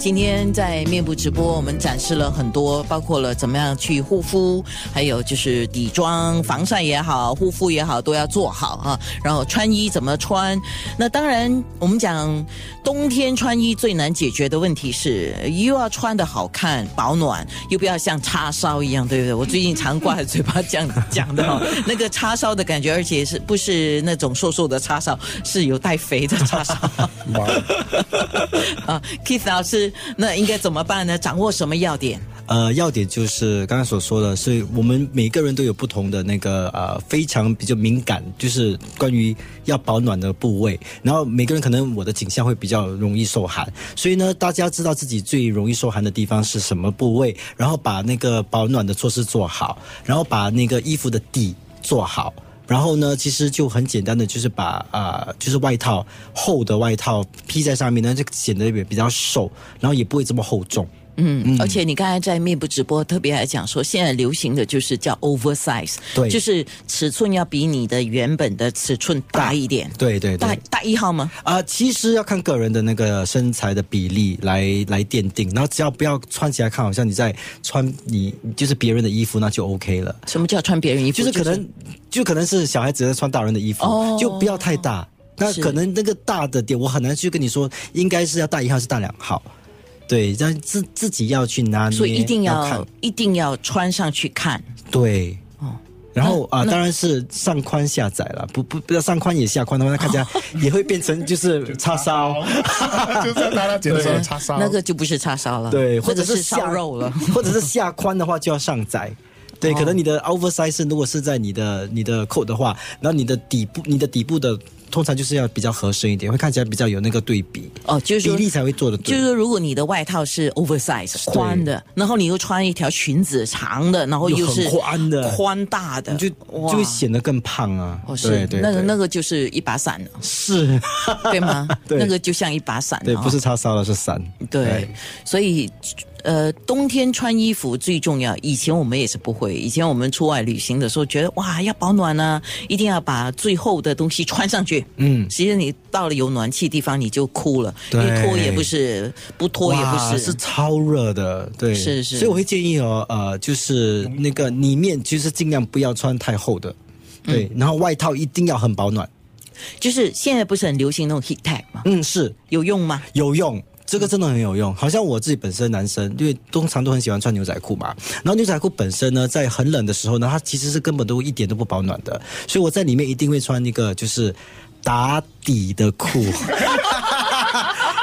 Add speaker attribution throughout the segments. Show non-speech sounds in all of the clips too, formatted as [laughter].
Speaker 1: 今天在面部直播，我们展示了很多，包括了怎么样去护肤，还有就是底妆、防晒也好，护肤也好，都要做好啊。然后穿衣怎么穿？那当然，我们讲冬天穿衣最难解决的问题是，又要穿的好看、保暖，又不要像叉烧一样，对不对？我最近常挂在嘴巴这样讲的
Speaker 2: [laughs]
Speaker 1: 哦，那个叉烧的感觉，而且是不是那种瘦瘦的叉烧，是有带肥的叉
Speaker 2: [laughs]
Speaker 1: 烧。 [laughs] 啊，Keith 老师，那应该怎么办呢？掌握什么要点？
Speaker 2: 呃，要点就是刚刚所说的是，我们每个人都有不同的那个呃，非常比较敏感，就是关于要保暖的部位。然后每个人可能我的颈项会比较容易受寒，所以呢，大家知道自己最容易受寒的地方是什么部位，然后把那个保暖的措施做好，然后把那个衣服的底做好。然后呢，其实就很简单的，就是把啊、呃就是外套厚的外套披在上面呢，就显得也比较瘦，然后也不会这么厚重。
Speaker 1: 嗯，而且你刚才在面部直播特别还讲说，现在流行的就是叫 oversize，
Speaker 2: 对
Speaker 1: 就是尺寸要比你的原本的尺寸大一点，
Speaker 2: 对对对。
Speaker 1: 大大一号吗？
Speaker 2: 啊、其实要看个人的那个身材的比例来来奠定，然后只要不要穿起来看好像你在穿你就是别人的衣服，那就 OK 了。
Speaker 1: 什么叫穿别人衣服？
Speaker 2: 就是可能就可能是小孩子在穿大人的衣服，
Speaker 1: 哦
Speaker 2: 就不要太大。那
Speaker 1: 是
Speaker 2: 可能那个大的点，我很难去跟你说，应该是要大一号还是大两号。对，但自自己要去拿捏，
Speaker 1: 所以一定
Speaker 2: 嗯要
Speaker 1: 要
Speaker 2: 看
Speaker 1: 一定要穿上去看。
Speaker 2: 对。
Speaker 1: 哦
Speaker 2: 然后啊、
Speaker 1: 那
Speaker 2: 当然是上宽下窄了，不不不要上宽也下宽的话，那
Speaker 1: [laughs]
Speaker 2: 看起来也会变成就是叉烧。
Speaker 3: [laughs] 就在大家解的时候
Speaker 1: 对
Speaker 3: 叉烧，
Speaker 1: 嗯那个就不是叉烧了，
Speaker 2: [laughs] 对，
Speaker 1: 那
Speaker 2: 或者
Speaker 1: 个是
Speaker 2: 下
Speaker 1: 烧肉了。，
Speaker 2: [laughs] 或者是下宽的话就要上窄。对，可能你的
Speaker 1: 哦
Speaker 2: oversize 如果是在你的你的扣的话，然后你的底部你的底部的通常就是要比较合身一点，会看起来比较有那个对比
Speaker 1: 哦就是说
Speaker 2: 比例才会做的
Speaker 1: 就
Speaker 2: 对。
Speaker 1: 是说如果你的外套是 oversize
Speaker 2: 对
Speaker 1: 宽的，然后你又穿一条裙子长的，然后又是
Speaker 2: 又很宽的
Speaker 1: 宽大的，
Speaker 2: 你就
Speaker 1: 哇
Speaker 2: 就会显得更胖啊！
Speaker 1: 哦，
Speaker 2: 对
Speaker 1: 是
Speaker 2: 对
Speaker 1: 那个
Speaker 2: 对
Speaker 1: 那个就是一把伞了，
Speaker 2: 是，
Speaker 1: 对吗？
Speaker 2: [laughs] 对
Speaker 1: 那个就像一把伞，
Speaker 2: 对，
Speaker 1: 哦
Speaker 2: 不是叉烧了，是伞。
Speaker 1: 对，所以呃，冬天穿衣服最重要。以前我们也是不会，以前我们出外旅行的时候，觉得哇要保暖啊，一定要把最厚的东西穿上去。嗯，其实你到了有暖气地方你就哭了，因
Speaker 2: 对
Speaker 1: 为脱也不是，不脱也不
Speaker 2: 哇
Speaker 1: 是，
Speaker 2: 是超热的，对，
Speaker 1: 是是
Speaker 2: 所以我会建议哦，呃，就是那个里面就是尽量不要穿太厚的，对，
Speaker 1: 嗯
Speaker 2: 然后外套一定要很保暖，
Speaker 1: 就是现在不是很流行那种 heat tag 吗？
Speaker 2: 嗯，是
Speaker 1: 有用吗？
Speaker 2: 有用。这个真的很有用，好像我自己本身男生，因为通常都很喜欢穿牛仔裤嘛。然后牛仔裤本身呢，在很冷的时候呢，它其实是根本都一点都不保暖的，所以我在里面一定会穿一个就是打底的裤， [laughs]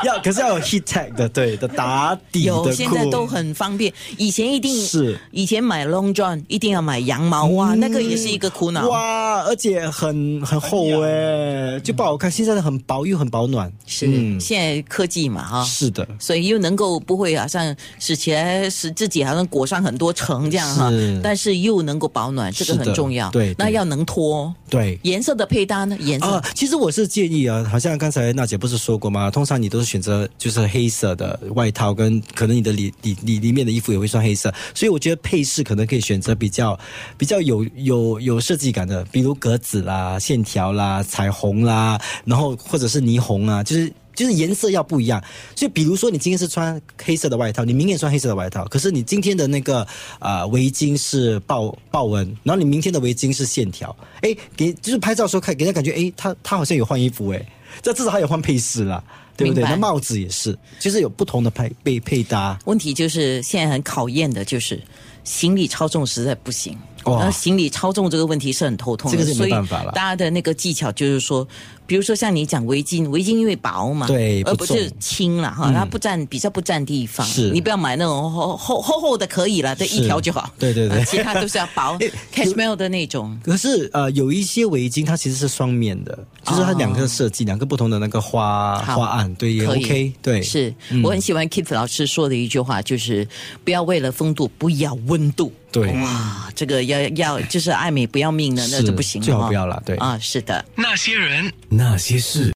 Speaker 2: 要可是要有 heat tag 的，对的打底的裤。
Speaker 1: 有，现在都很方便。以前一定
Speaker 2: 是嗯
Speaker 1: 以前买 long john 一定要买羊毛哇，那个也是一个苦恼。
Speaker 2: 哇，而且很很厚哎、就不好看。现在的很薄又很保暖，
Speaker 1: 是、
Speaker 2: 嗯
Speaker 1: 现在科技嘛哈，
Speaker 2: 是的。
Speaker 1: 所以又能够不会好像使起来使自己好像裹上很多层这样哈
Speaker 2: 是，
Speaker 1: 但是又能够保暖，这个
Speaker 2: 是的
Speaker 1: 很重要。
Speaker 2: 对对
Speaker 1: 那要能脱。
Speaker 2: 对
Speaker 1: 颜色的配搭呢？颜色、
Speaker 2: 啊，其实我是建议啊，好像刚才娜姐不是说过吗？通常你都是选择就是黑色的外套，跟可能你的里里里里面的衣服也会穿黑色，所以我觉得配饰可能可以选择比较比较有有有设计感的，比如格子啦、线条啦、彩虹啦，然后或者是霓虹啊，就是。就是颜色要不一样，所以比如说你今天是穿黑色的外套，你明天穿黑色的外套，可是你今天的那个啊围巾是豹豹纹，然后你明天的围巾是线条，哎，给就是拍照的时候看，给人家感觉哎，他他好像有换衣服哎，这至少他有换配饰啦，对不对？
Speaker 1: 明白
Speaker 2: 那帽子也是，就是有不同的配配配搭，
Speaker 1: 问题就是现在很考验的就是行李超重实在不行。
Speaker 2: 哇
Speaker 1: 那行李超重这个问题是很头痛的，
Speaker 2: 这个是没办法了
Speaker 1: 所以大家的那个技巧就是说，比如说像你讲围巾，围巾因为薄嘛，
Speaker 2: 对
Speaker 1: 而不
Speaker 2: 不
Speaker 1: 是
Speaker 2: 重嗯
Speaker 1: 轻了哈，它不占比较不占地方。
Speaker 2: 是
Speaker 1: 你不要买那种厚厚厚厚的可以了，对，
Speaker 2: 是
Speaker 1: 一条就好。
Speaker 2: 对对哎对
Speaker 1: 啊其他都是要
Speaker 2: [laughs]
Speaker 1: 薄
Speaker 2: 诶
Speaker 1: ，cashmere 的那种。
Speaker 2: 可是呃，有一些围巾它其实是双面的，就是它两个设计，两个不同的那个花
Speaker 1: 哦好
Speaker 2: 花案，对，也
Speaker 1: 可以
Speaker 2: OK，对，嗯
Speaker 1: 是、我很喜欢 Keith 老师说的一句话，就是不要为了风度，不要温度。
Speaker 2: 对，
Speaker 1: 哇，这个要要就是爱美不要命的，那
Speaker 2: 是
Speaker 1: 就不行了
Speaker 2: 最好
Speaker 1: 哈
Speaker 2: 不要了对
Speaker 1: 啊，是的。
Speaker 4: 那些人。
Speaker 5: 那些事。